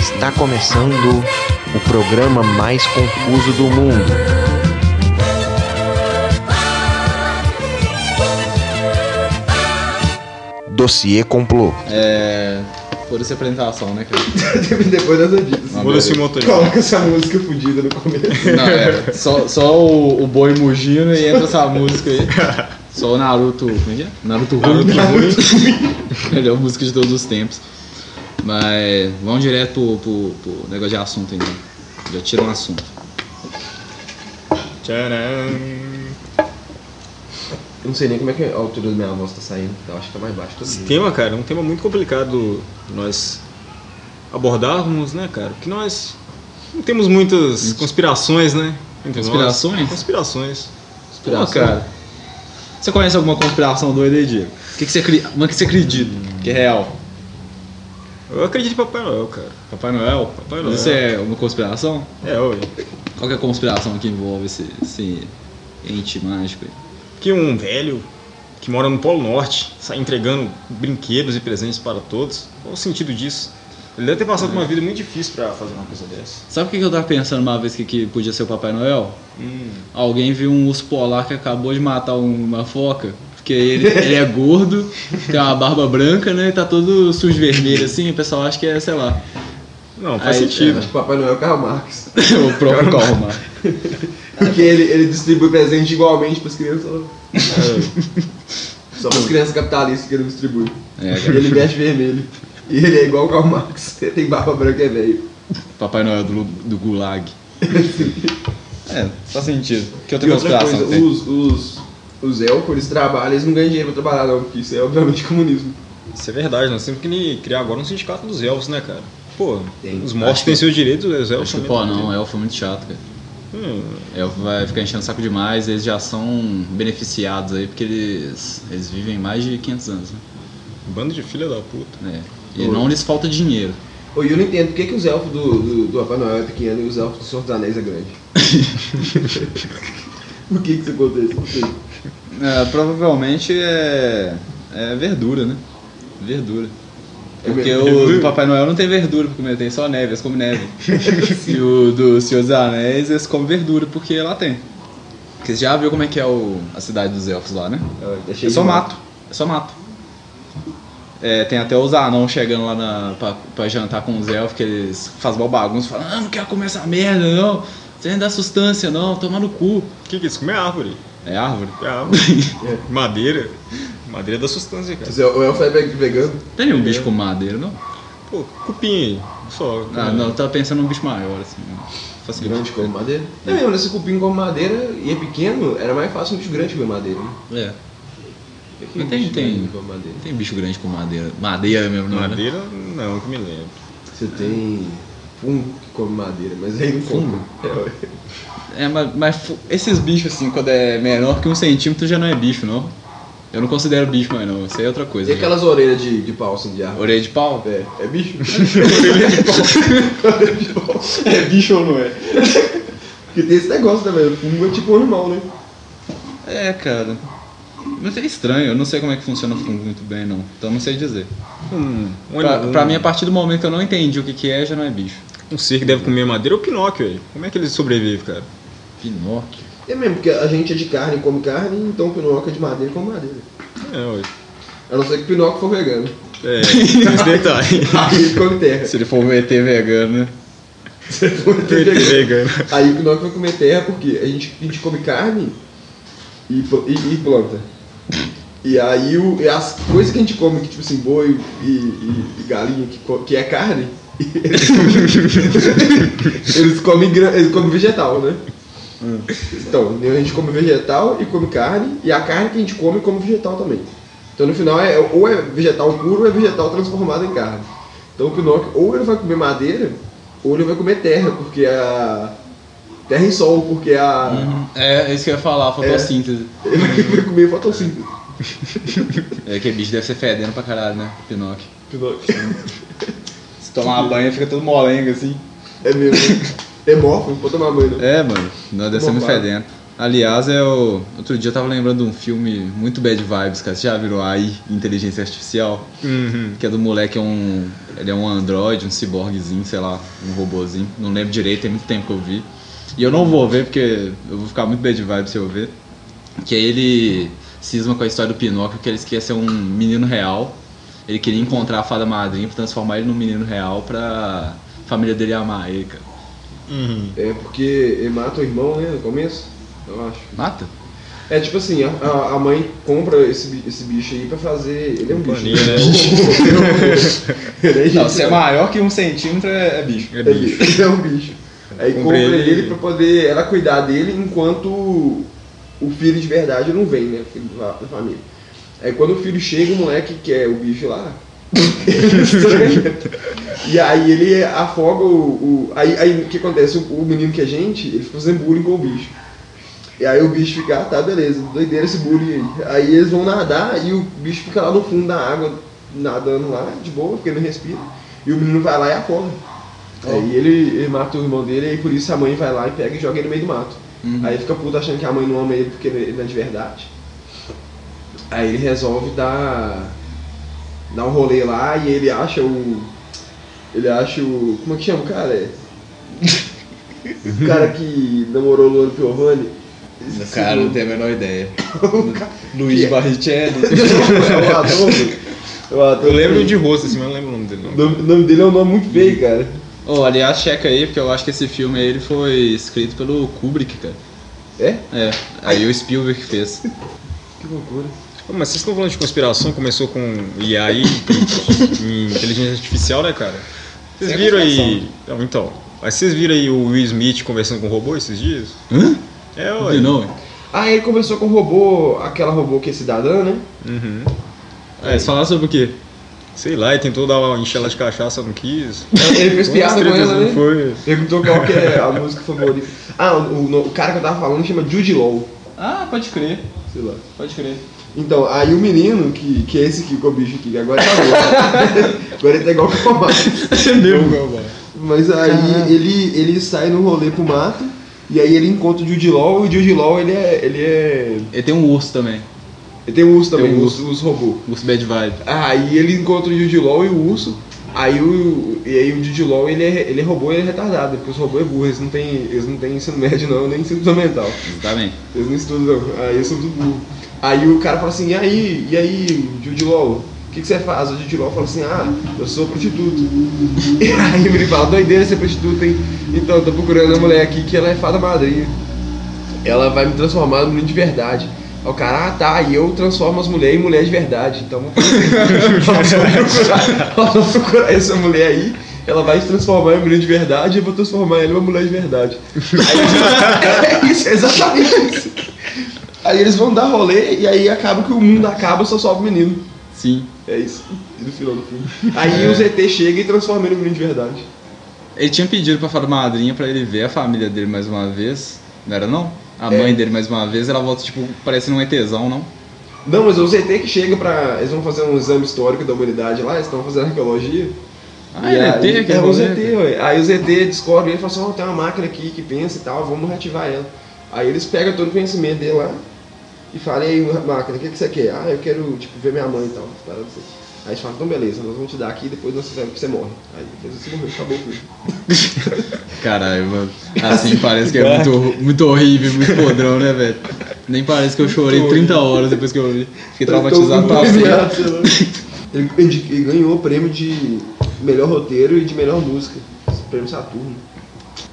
Está começando o programa mais confuso do mundo. Dossiê complô. É. Por essa apresentação, né, cara? Depois nada disso. Foda-se o motorista. Coloca essa música fudida no começo. Não, é. Só, só o, o boi mugindo e entra essa música aí. Só o Naruto. Como é que é? Naruto Ruim. Naruto Melhor música de todos os tempos. Mas vamos direto pro, pro- pro negócio de assunto então. Já tira um assunto. Tcharam. Eu não sei nem como é que a altura da minha voz tá saindo. Eu acho que tá mais baixo. todo Esse dia. tema, cara, é um tema muito complicado nós abordarmos, né, cara? Porque nós não temos muitas conspirações, né? entre nós. Conspirações? Conspirações. Pô, cara. Você conhece alguma conspiração doida aí, Diego? O que, que você acri- Uma que você acredita? Que é real? Eu acredito em Papai Noel, cara. Papai Noel? Papai Noel. Isso é uma conspiração? É, olha. Qual que é a conspiração que envolve esse, esse ente mágico aí? Que um velho que mora no Polo Norte sai entregando brinquedos e presentes para todos. Qual o sentido disso? Ele deve ter passado por uma vida muito difícil pra fazer uma coisa dessa. Sabe o que que eu tava pensando uma vez que, que podia ser o Papai Noel? Hum. Alguém viu um urso polar que acabou de matar um- uma foca. Porque ele, ele é gordo, tem uma barba branca, né? E tá todo sujo de vermelho assim. O pessoal acha que é, sei lá, Não, faz Aí, sentido. Acho que Papai Noel é o Karl Marx. o próprio Calma. Porque ele, ele distribui presente igualmente pras crianças. Só pras crianças capitalistas que ele distribui. É, E cara. ele veste vermelho. E ele é igual o Karl Marx. Ele tem barba branca e é velho. Papai Noel do, do Gulag. É, faz sentido. Que outra E outra conspiração coisa, que tem? os, os, os elfos, eles trabalham, eles não ganham dinheiro pra trabalhar não, porque isso é obviamente comunismo. Isso é verdade, nós temos que criar agora um sindicato dos elfos, né, cara? Pô, Tem. os mortos Acho têm que- seus direitos, os elfos Acho que, também. pô, não, elfo é muito chato, cara. Hum, Elfo vai ficar enchendo o saco demais, eles já são beneficiados aí, porque eles, eles vivem mais de 500 anos, né? bando de filha da puta. É. E não lhes falta dinheiro. Ô, e eu não entendo por que, que os elfos do, do, do Papai Noel é pequeno e os elfos do Senhor dos Anéis é grande. por que que isso acontece? Não sei. provavelmente é, é verdura, né? Verdura. É Porque mesmo. o do Papai Noel não tem verdura pra comer, tem só neve, eles comem neve. e o do Senhor dos Anéis, eles comem verdura porque lá tem. Porque você já viu como é que é o, a cidade dos elfos lá, né? É, é É cheio só de mato. É só mato. É, tem até os anãos chegando lá na, pra, pra jantar com os elfos, que eles fazem mal bagunça, falam, ah, não quero comer essa merda, não. Você não dá sustância, não, toma no cu. O que, que é isso? Como é árvore? É árvore? É árvore. Madeira. Madeira da sustância, cara. Mas O elfo é ve- vegano? Não tem nenhum bicho com madeira, não? Pô, cupim. Só. Ah, não, eu tava pensando num bicho maior, assim. né? Faz sentido. Grande como madeira? É mesmo, nesse cupim como madeira e é pequeno, era mais fácil um bicho grande comer madeira. Né? É. Por que Mas um tem- bicho tem. grande come madeira? Não tem bicho grande com madeira. Madeira mesmo, não é? né? Madeira, não, que me lembro. Você tem fungo que come madeira, mas aí não Fungo? come. É, ué. É, mas, mas fu- esses bichos, assim, quando é menor que um centímetro, já não é bicho, não? Eu não considero bicho mais, não. Isso aí é outra coisa. E já. aquelas orelhas de, de pau assim de árvore? Orelha de pau? É, é bicho? É bicho ou não é? Porque tem esse negócio também, o fungo é tipo um animal, né? É, cara. Mas é estranho, eu não sei como é que funciona o fungo muito bem, não. Então não sei dizer. Hum, Um, um, Pra, um, pra mim, a partir do momento que eu não entendi o que, que é, já não é bicho. um ser que deve comer madeira é o Pinóquio, velho. Como é que ele sobrevive, cara? Pinóquio. É mesmo, porque a gente é de carne e come carne, então o pinóquio é de madeira e come madeira. É, ué. A não ser que o pinóquio for vegano. É, tem esse detalhe. Aí ele come terra. Se ele for um ET vegano, né? Se for vegano. Vegano. Aí o pinóquio vai comer terra é porque a gente, a gente come carne e, pl- e- e planta. E aí o, e as coisas que a gente come, que tipo assim, boi e, e- e galinha, que, co- que é carne, eles comem, eles comem, gra- eles comem vegetal, né? Então, a gente come vegetal e come carne, e a carne que a gente come, come vegetal também. Então no final é ou é vegetal puro ou é vegetal transformado em carne. Então o Pinóquio ou ele vai comer madeira, ou ele vai comer terra, porque a. Terra e sol, porque a. É, isso que eu ia falar, fotossíntese. Ele vai comer fotossíntese. É. que bicho deve ser fedendo pra caralho, né? Pinóquio. Pinóquio. Se tomar uma banha, fica todo molengo assim. É mesmo. né? É morfo, não pode tomar banho. não. É, mano. Não, deve ser muito Bobado. fedendo. Aliás, eu outro dia eu tava lembrando de um filme muito bad vibes, cara. Você já virou AI, Inteligência Artificial? Uhum. Que é do moleque, é um. Ele é um androide, um ciborguezinho, sei lá, um robozinho. Não lembro direito, tem muito tempo que eu vi. E eu não vou ver, porque eu vou ficar muito bad vibe se eu ver. Que aí ele cisma com a história do Pinóquio, que ele esquece um menino real. Ele queria encontrar a fada madrinha pra transformar ele num menino real pra família dele amar ele, cara. Uhum. É porque ele mata o irmão, né? No começo, eu acho. Mata? É tipo assim, a- a, a mãe compra esse, bi- esse bicho aí pra fazer. Ele é um bicho. Companhia, né? né? ele é Não, gente, se é maior que um centímetro é, é bicho. É É bicho. bicho. Ele é um bicho. Aí Comprei compra ele. ele, pra poder ela cuidar dele enquanto o filho de verdade não vem, né? O filho da, da família. Aí quando o filho chega, o moleque que é o bicho lá. ele estranha. e aí ele afoga o. o- aí, aí o que acontece? O, o menino que é gente, ele fica fazendo bullying com o bicho. E aí o bicho fica, ah, tá, beleza, doideira esse bullying aí. Aí eles vão nadar e o bicho fica lá no fundo da água, nadando lá, de boa, porque ele não respira. E o menino vai lá e afoga. Aí É, ele, ele mata o irmão dele, e por isso a mãe vai lá e pega e joga ele no meio do mato. Uhum. Aí ele fica puto achando que a mãe não ama ele porque ele ele não é de verdade. Aí ele resolve dar, dar um rolê lá e ele acha o. Ele acha o. Como é que chama o cara? É? o cara que namorou o Loro Piovani. Esqueci Cara, o não nome. tenho a menor ideia. cara- Luiz que é? Barrichelli. é o ator. é o ator. Eu lembro de rosto, assim, mas não lembro o nome dele, O não. nome, o nome dele é um nome muito feio, cara. Oh, aliás, checa aí, porque eu acho que esse filme aí ele foi escrito pelo Kubrick, cara. É? É, aí o Spielberg fez. Que loucura. Pô, mas vocês estão falando de conspiração, começou com IA e inteligência artificial, né, cara? Vocês Isso é viram aí. Não, então. Mas vocês viram aí o Will Smith conversando com o robô esses dias? Hã? É, Não, ué. De novo? Ah, ele conversou com o robô, aquela robô que é cidadã, né? Uhum. É, eles falaram sobre o quê? Sei lá, e tentou dar uma enxela de cachaça, não quis. Ele fez piada com ela, né? Não foi. Perguntou qual que é a música favorita. Ah, o, o- o cara que eu tava falando chama Jude Law, Ah, pode crer, sei lá. pode crer. Então, aí o menino, que, que é esse aqui, que é o bicho aqui, que agora tá louco. agora ele tá igual o Palmar. é Mas aí ele, ele sai no rolê pro mato, e aí ele encontra o Jude Law, e o Jude Law, ele é... Ele, é, E tem um urso também, ele tem um urso Tem também, um Os, os robôs. urso bad vibe. Aí ele encontra o Jude Law e o urso. Aí o, e aí o Jude Law, ele é, ele é robô e ele é retardado, porque os robôs é burro, eles não têm, eles não têm ensino médio não, nem ensino fundamental. Exatamente. Eles não estudam, não. Aí eu sou do burro. Aí o cara fala assim, e aí, e aí, Jude Law, o que, que você faz? O Jude Law fala assim, ah, eu sou prostituto. E aí ele fala, doideira ser prostituta, hein? Então, eu tô procurando uma mulher aqui que ela é fada madrinha. Ela vai me transformar num menino de verdade. Aí o cara, ah tá, e eu transformo as mulheres em mulher de verdade. Então vamos fazer procurar, nós vamos procurar essa mulher aí. Ela vai se transformar em um menino de verdade e eu vou transformar ela em uma mulher de verdade. Aí, é isso, é exatamente isso. Aí eles vão dar rolê e aí acaba que o mundo acaba só sobe o menino. Sim. É isso. E no final do filme. Aí o ZT chega e transforma ele em um menino de verdade. Ele tinha pedido pra falar madrinha pra ele ver a família dele mais uma vez, não era não? A É. mãe dele mais uma vez, ela volta tipo, parecendo um ETzão, não? Não, mas é o ZT que chega pra. Eles vão fazer um exame histórico da humanidade lá, eles estão fazendo arqueologia. Ah, E ele é aí- ET, aquele É o moleque? ZT, ué. Aí o ZT descobre ele e fala assim: ó, tem uma máquina aqui que pensa e tal, vamos reativar ela. Aí eles pegam todo o conhecimento dele lá e falam: e aí, máquina, o que, que você quer? Ah, eu quero, tipo, ver minha mãe e tal. essas paradas assim. Aí eles falam: então beleza, nós vamos te dar aqui e depois nós fizemos que você morre. Aí depois você morreu, acabou o filme. Caralho, mano. Assim parece que é muito, muito horrível, muito podrão, né, velho? Nem parece que eu chorei 30 horas depois que eu vi. Fiquei traumatizado pra sempre. Então, né? Ele, ele- ele ganhou o prêmio de melhor roteiro e de melhor música. Esse Prêmio Saturno.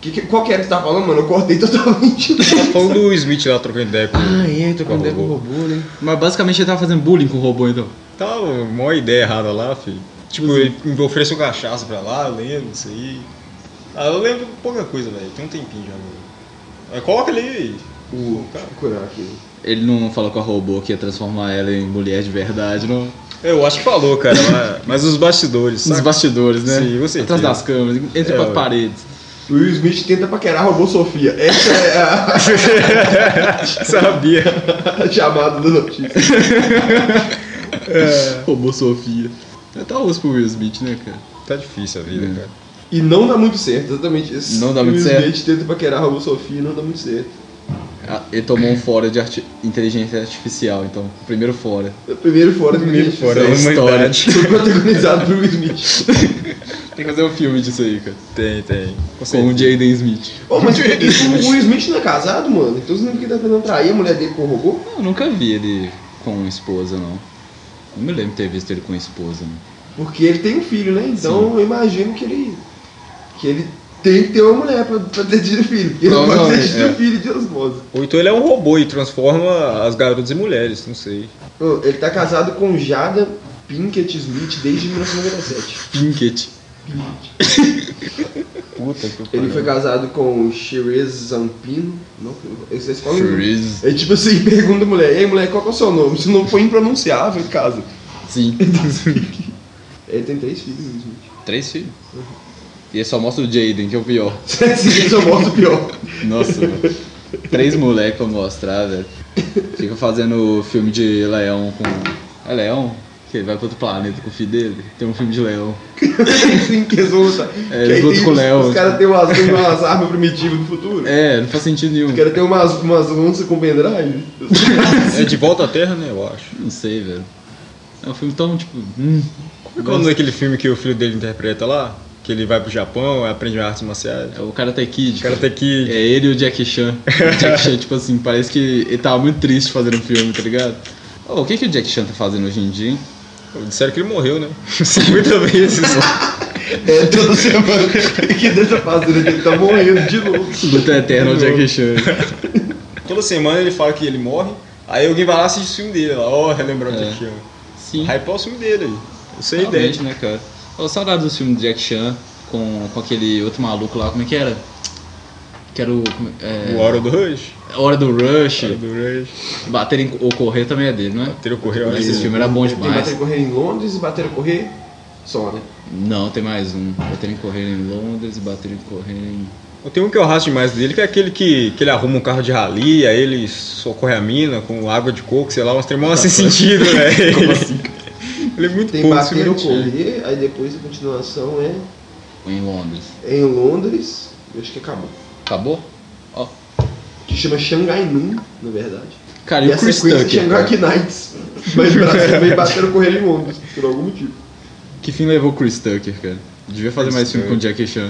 Que, que, qual que era que você tá falando, mano? Eu cortei totalmente. Tá Falando do Smith lá trocando ideia com ah, é, tô com ideia com o robô, né? Mas basicamente ele tava fazendo bullying com o robô, então. Tava Tá uma ideia errada lá, filho. Tipo, Uhum. ele me ofereceu cachaça pra lá, eu lembro disso aí. Ah, eu lembro pouca coisa, velho. Tem um tempinho já, velho. Aí Coloca ele O, deixa eu procurar aqui. Ele não falou com a robô que ia transformar ela em mulher de verdade, não. Eu acho que falou, cara, mas, mas os bastidores, Nos sabe? bastidores, né? Sim, com certeza. Atrás das câmeras, entre É, quatro ué. paredes. Will Smith tenta paquerar robô Sofia. Essa é a Sabia. a chamada da notícia. Robô Sofia. É tá osso pro Will Smith, né, cara? Tá difícil a vida, É. cara. E não dá muito certo, exatamente isso. Não dá muito Will certo. Smith tenta paquerar robô Sofia e não dá muito certo. Ah, Ele tomou um fora de arti- inteligência artificial, então. O primeiro fora. É O primeiro fora do Primeiro Nietzsche. fora da é história. humanidade. Foi protagonizado por Will Smith. Tem que fazer um filme disso aí, cara. Tem, tem. Com o Jaden Smith. Ô, mas o Will Smith não é casado, mano? Então você não fica tentando trair a mulher dele com o robô? Não, eu nunca vi ele com esposa, não. Não me lembro de ter visto ele com esposa, não. Porque ele tem um filho, né? Então eu imagino que ele. que ele tem que ter uma mulher pra, pra ter tido filho. Porque ele não pode ter Provavelmente, tido é. filho de osmose. Ou então ele é um robô e transforma as garotas em mulheres, não sei. Ô, Ele tá casado com Jada Pinkett Smith desde 1997. Pinkett. Puta que Ele foi casado com Shirez Zampino. Não, eu sei se fala. Freeze. É tipo assim, pergunta a mulher, ei mulher, qual que é o seu nome? Se não for impronunciável, ele casa. Sim. Ele tem três filhos, né, Will Smith. Três filhos. E ele só mostra o Jaden, que é o pior. Esse jeito eu mostro o pior. Nossa, velho. Três moleques pra mostrar, velho. Fica fazendo filme de leão com. É leão? Que ele vai pro outro planeta com o filho dele. Tem um filme de leão. Sim, que eles vão lutar. É, Que aí eles lutam tem com o os- Léo. Os caras têm umas, têm umas armas primitivas do futuro. É, não faz sentido nenhum. Os caras têm umas, umas lanças com pendrive. É de volta à Terra, né, eu acho. Não sei, velho. É um filme tão tipo. hum. Qual é aquele filme que o filho dele interpreta lá? Que ele vai pro Japão, aprende artes marciais. É o Karate Kid. O cara tem É que. ele e o Jack Chan. O Jack Chan, tipo assim, parece que ele tava muito triste fazendo o filme, tá ligado? Ô, o que, que o Jack Chan tá fazendo hoje em dia, hein? Disseram que ele morreu, né? 50 vezes. É, toda semana. que dessa fazenda que ele tá morrendo de novo. Luta eterna o Jack Chan. Toda semana ele fala que ele morre, aí alguém vai lá assiste o filme dele, lá, ó, relembrar o É. Jack Chan. Sim. Hype é o filme dele aí. Isso é ideia. Realmente, né, cara? Ô, saudades do filme do Jack Chan com, com aquele outro maluco lá, como é que era? Que era o. como é- O Aura do Rush. é, Hora do Rush. Hora do Rush. Bater em- ou correr também é dele, não é? Ter ocorreu Esse aí. filme era bom Tem demais. bateram correr em Londres e bateram correr só, né? Não, tem mais um. Bater em correr em Londres, bater em correr em. Tem um que eu rasto demais dele, que é aquele que, que ele arruma um carro de rali, aí ele socorre a mina com água de coco, sei lá, umas tremas sem sentido, velho. Como assim? Ele é muito Tem pouco bater ou esse filme. correr, aí depois a continuação é Em Londres. em Londres. Eu acho que acabou. Acabou? Ó. Que chama Shanghai Noon, na verdade. Cara, E e a o Chris sequência é Tucker? Shanghai cara? Knights. Mas Brasil veio bateram correr em Londres, por algum motivo. Que fim levou o Chris Tucker, cara? Devia fazer Chris mais filme com o Tucker. Jack Chan.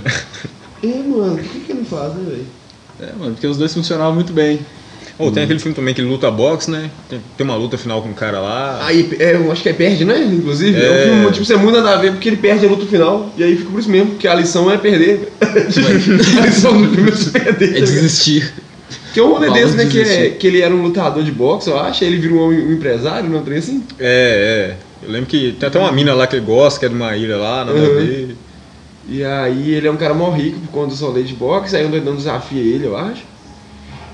É, mano, por que, que não faz, né, velho? É, mano, porque os dois funcionavam muito bem. Hum. Ou tem aquele filme também que ele luta boxe, né? Tem, tem uma luta final com um cara lá. Aí, é, eu acho que é perde, né? Inclusive, é, É. um filme, tipo, você muda nada a ver porque ele perde a luta final. E aí fica por isso mesmo, porque a lição é perder. a lição do filme é se perder. É desistir. Que é um rolê Vamos desse, né? Que, é, desistir. que ele era um lutador de boxe, eu acho. Aí ele virou um, um empresário, não trem assim. É, é. Eu lembro que tem até uma mina lá que ele gosta, que é de uma ilha lá, nada Uhum. a ver. E aí ele é um cara mó rico por conta do rolê de boxe. Aí um doidão desafia ele, eu acho.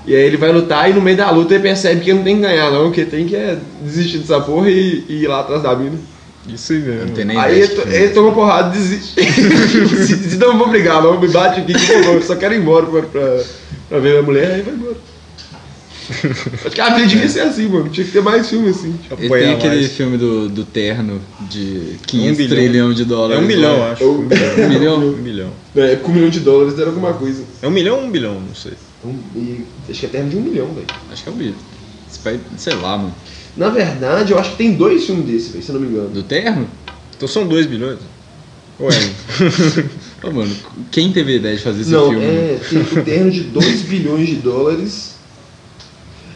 E aí ele vai lutar e no meio da luta ele percebe que não tem que ganhar, não. O que tem que é desistir dessa porra e, e ir lá atrás da mina. Isso aí mesmo. Não tem nem Aí ideia ele, de to- filme. ele toma porrada e desiste. se, se não vou brigar, não, me bate aqui que eu vou, eu só quero ir embora pra, pra, pra ver minha mulher, aí vai embora. Acho que a vida devia ser assim, mano. Tinha que ter mais filme assim. tipo. E tem Apoiar aquele mais. filme do, do terno de 500 bilhão. trilhão de É dólares. um milhão, né? eu acho. Um bilhão. Um milhão? Um bilhão. Na época, um milhão de dólares era alguma coisa. É um milhão ou um bilhão? Não sei. Um, e, acho que é termo de um milhão, velho. Acho que é um bilhão. Esse pai- Sei lá, mano. Na verdade, eu acho que tem dois filmes desse, velho, se eu não me engano. Do terno? Então são dois bilhões? Ou é? Ô, mano, quem teve a ideia de fazer esse não, filme? é, tem um termo de 2 bilhões de dólares.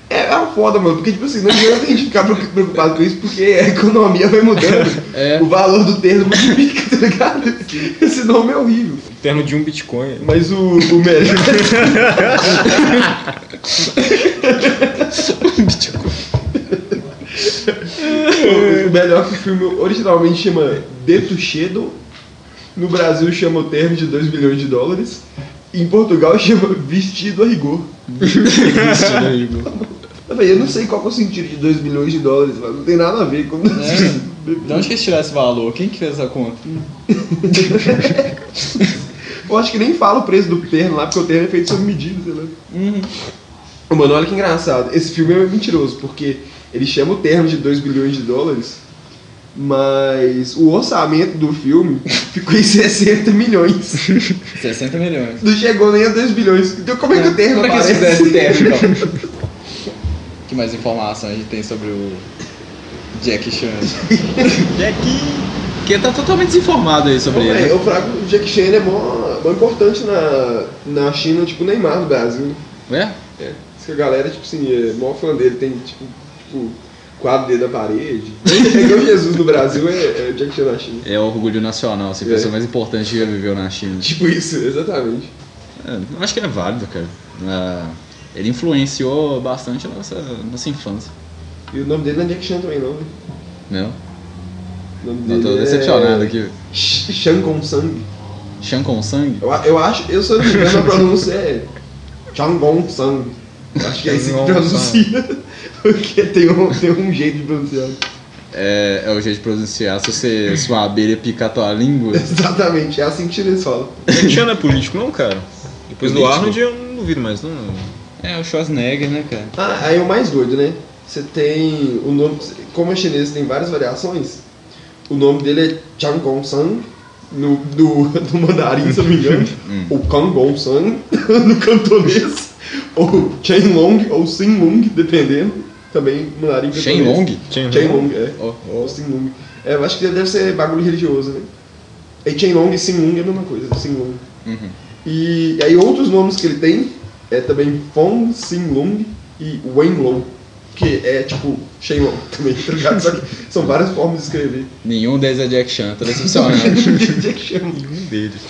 É, é uma foda, mano, porque, tipo assim, não adianta a gente ficar preocu- preocupado com isso, porque a economia vai mudando. É. O valor do terno multiplica, tá ligado? Esse nome é horrível. O termo de um Bitcoin. Mas o, o melhor. o, o melhor que o filme originalmente chama Detuchedo. No Brasil chama o termo de 2 bilhões de dólares. E em Portugal chama Vestido a Rigor. Isso daí, mano. Mas, véi, eu não sei qual que é o sentido de 2 bilhões de dólares, mas não tem nada a ver com. É. De onde que eles tiraram esse valor? Quem que fez essa conta? Eu acho que nem fala o preço do terno lá, porque o terno é feito sob medida, sei lá. Uhum. Ô, Mano, olha que engraçado. Esse filme é mentiroso, porque ele chama o terno de 2 bilhões de dólares Mas o orçamento do filme ficou em 60 milhões. 60 milhões. Não chegou nem a 2 bilhões. Então como é que o termo Como é que eles aparece? assim? fizeram o terno, então? que mais informação a gente tem sobre o Jack Chan? Jack! Que tá totalmente desinformado aí sobre Ô, ele. né? velho, o fraco do Jack Chan ele é mó, mó importante na, na China, tipo o Neymar no Brasil. né? É? É. Diz que a galera, tipo assim, é mó fã dele, tem tipo, tipo quadro dele na parede. É igual Jesus no Brasil, é, é Jack Chan na China. É o orgulho nacional, assim, a É. pessoa mais importante que já viveu na China. Tipo isso, exatamente. É, eu acho que é válido, cara. Ah, ele influenciou bastante a nossa, nossa infância. E o nome dele não é Jack Chan também não, né? Não? O nome Não, dele tô é decepcionado aqui. Sh- Chan Gong Sang. Chan com sangue? Eu, a- eu acho, eu se eu não me engano, a pronúncia é Chan Gong Sang. Eu Acho que é assim que Chan Gong pronuncia. Porque tem um, tem um jeito de pronunciar. É, é o jeito de pronunciar. Se você se uma abelha picar tua língua. Exatamente, é assim que chinês fala. Jack Chan não é político não, cara? Depois do Político? Arnold eu não duvido mais, não. É o Schwarzenegger, né, cara? Ah, aí o mais doido, né? Você tem o nome, como é chinês tem várias variações, o nome dele é Chang Gong Sang, no, do, do mandarim, se eu não me engano, ou Kang Gong Sang, no cantonês, ou Chen Long, ou Sin Long, dependendo, também mandarim Shen Long? Chen Chen Long, é. Ó, Ou Sin Long. É, eu acho que deve ser bagulho religioso, né? E Chen Long e Sin Long é a mesma coisa, Sin Long. uhum. E aí outros nomes que ele tem é também Fong Sin Long e Wen Long, que é tipo Shenlong também, tá ligado? Só que são várias formas de escrever. Nenhum deles é Jack Chan, tô decepcionado. Jack Chan. Nenhum deles.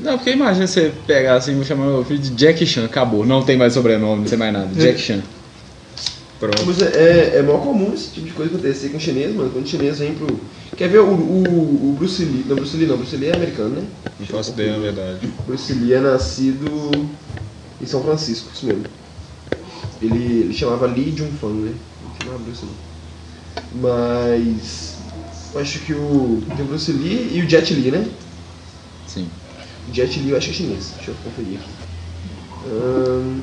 Não, porque imagina você pegar assim e me chamar meu filho de Jack Chan, acabou, não tem mais sobrenome, não tem mais nada, É. Jack Chan. Pronto. Mas é, é, é mó comum esse tipo de coisa acontecer com o chinês, mano. Quando o chinês vem pro. Quer ver o, o, o Bruce Lee? Não, Bruce Lee não, Bruce Lee é americano, né? Não faço ideia, na verdade. Bruce Lee é nascido em São Francisco, isso mesmo. Ele, ele chamava Lee Jun Fan, né? Não chamava Bruce não. Mas eu acho que o. Tem o Bruce Lee e o Jet Li, né? Sim. O Jet Li eu acho que é chinês. Deixa eu conferir aqui. Ahn,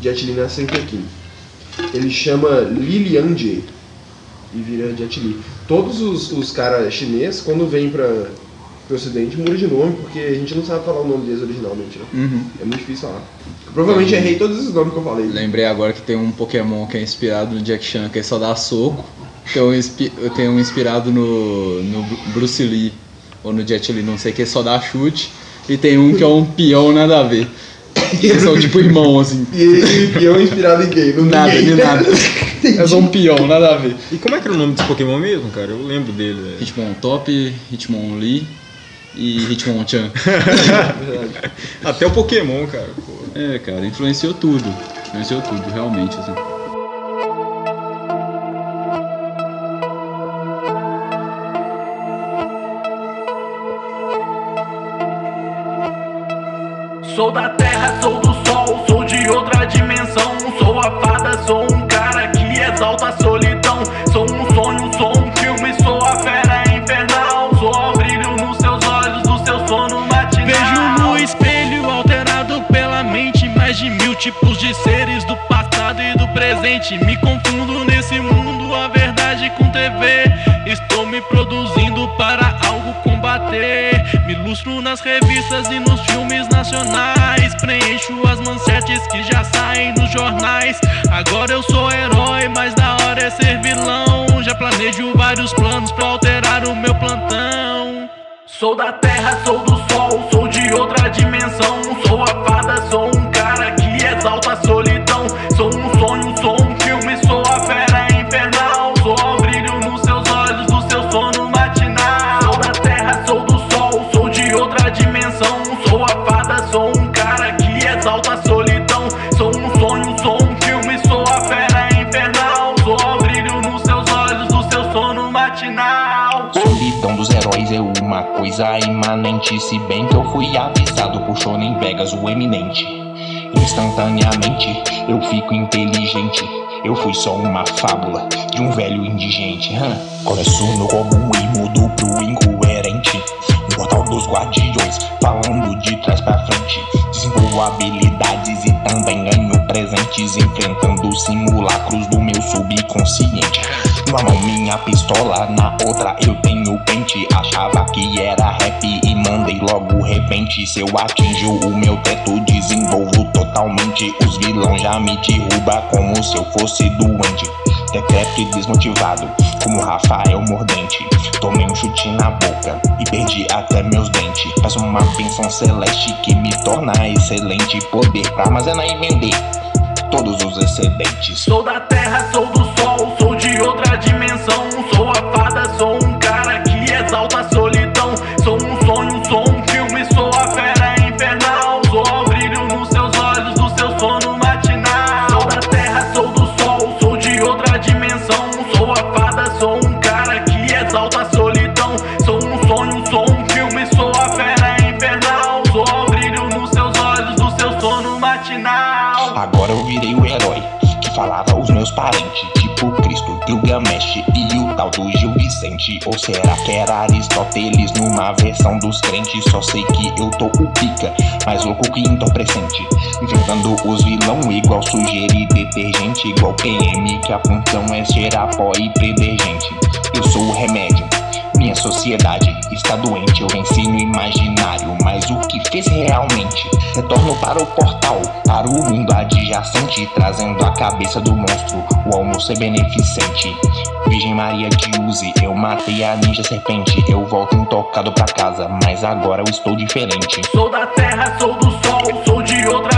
Jet Li nasceu em Pequim. Ele chama Li Lianjie e vira Jet Li. Todos os, os caras chineses, quando vêm pra, pro ocidente, mudam de nome, porque a gente não sabe falar o nome deles originalmente, né? Uhum. É muito difícil falar. Provavelmente errei todos esses nomes que eu falei. Lembrei agora que tem um Pokémon que é inspirado no Jack Chan, que é só dá soco. Tem um, inspi- tem um inspirado no, no Bru- Bruce Lee, ou no Jet Li, não sei, que é só dá chute. E tem um que é um peão nada a ver. Eles são tipo irmão, assim. E, e, e eu inspirado em quem? Não Nada, ninguém. de nada. É só um peão, nada a ver. E como é que era o nome desse Pokémon mesmo, cara? Eu lembro dele, velho. Hitmon Top, Hitmon Lee e Hitmon Chan. Verdade. Até o Pokémon, cara. Pô. É, cara, influenciou tudo. Influenciou tudo, realmente, assim. Sou da terra, sou do sol, sou de outra dimensão. Sou a fada, sou um cara que exalta a solidão. Sou um sonho, sou um filme, sou a fera infernal. Sou o brilho nos seus olhos, no seu sono matinal. Vejo no espelho alterado pela mente mais de mil tipos de seres do passado e do presente. Me confundo nesse mundo a verdade com TV. Estou me produzindo para algo combater. Me ilustro nas revistas e nos filmes nacionais. Preencho as manchetes que já saem nos jornais. Agora eu sou herói, mas da hora é ser vilão. Já planejo vários planos pra alterar o meu plantão. Sou da terra, sou do sol, sou de outra dimensão. Sou a fada, sou um cara que exalta a solidão. Sou um sonho, sou um filme, sou a fera infernal. Sou o brilho nos seus olhos, no seu sono matinal. Sou da terra, sou do sol, sou de outra dimensão. Sou a fada, sou um cara que exalta a solidão. Sou um sonho, sou um filme, sou a fera infernal. Sou o brilho nos seus olhos, no seu sono matinal. Solidão dos heróis é uma coisa imanente. Se bem que eu fui avisado por Shonen Vegas, o eminente. Instantaneamente eu fico inteligente. Eu fui só uma fábula de um velho indigente. hã? um Começo no comum e mudo pro incoerente. No portal dos guardiões, falando de trás pra frente. Desenvolvo habilidades e também ganho presentes. Enfrentando os simulacros do meu subconsciente. Numa mão minha pistola, na outra eu tenho pente. Achava que era rap e mandei logo repente. Se eu atinjo o meu teto, desenvolvo totalmente. Os vilões já me derruba como se eu fosse doente. Decrépito e desmotivado, como Rafael Mordente. Tomei um chute na boca e perdi até meus dentes. Peço uma bênção celeste que me torna excelente. Poder pra armazenar e vender todos os excedentes. Sou da terra, sou do sol, sou de outra dimensão. Sou a fada, sou um cara que exalta a solidão. Sou um sonho, sou um filme, sou a fera infernal. Sou o brilho nos seus olhos, no seu sono matinal. Sou da terra, sou do sol, sou de outra dimensão. Sou a fada, sou um cara que exalta a solidão. Sou um sonho, sou um filme, sou a fera infernal. Sou o brilho nos seus olhos, no seu sono matinal. Agora eu virei o herói que falava os meus parentes, tipo Cristo, Gilgamesh e o tal do Gil Vicente. Ou será que era Aristóteles numa versão dos crentes? Só sei que eu tô o pica, mais louco que entorpecente. Enfrentando os vilão igual sugerir detergente, igual PM, que a função é cheirar pó e detergente. Eu sou o remédio. Minha sociedade está doente, eu venci no imaginário, mas o que fez realmente? Retorno para o portal, para o mundo adjacente, trazendo a cabeça do monstro, o almoço é beneficente. Virgem Maria de Uzi, eu matei a ninja serpente, eu volto um intocado pra casa, mas agora eu estou diferente. Sou da terra, sou do sol, sou de outra um um um um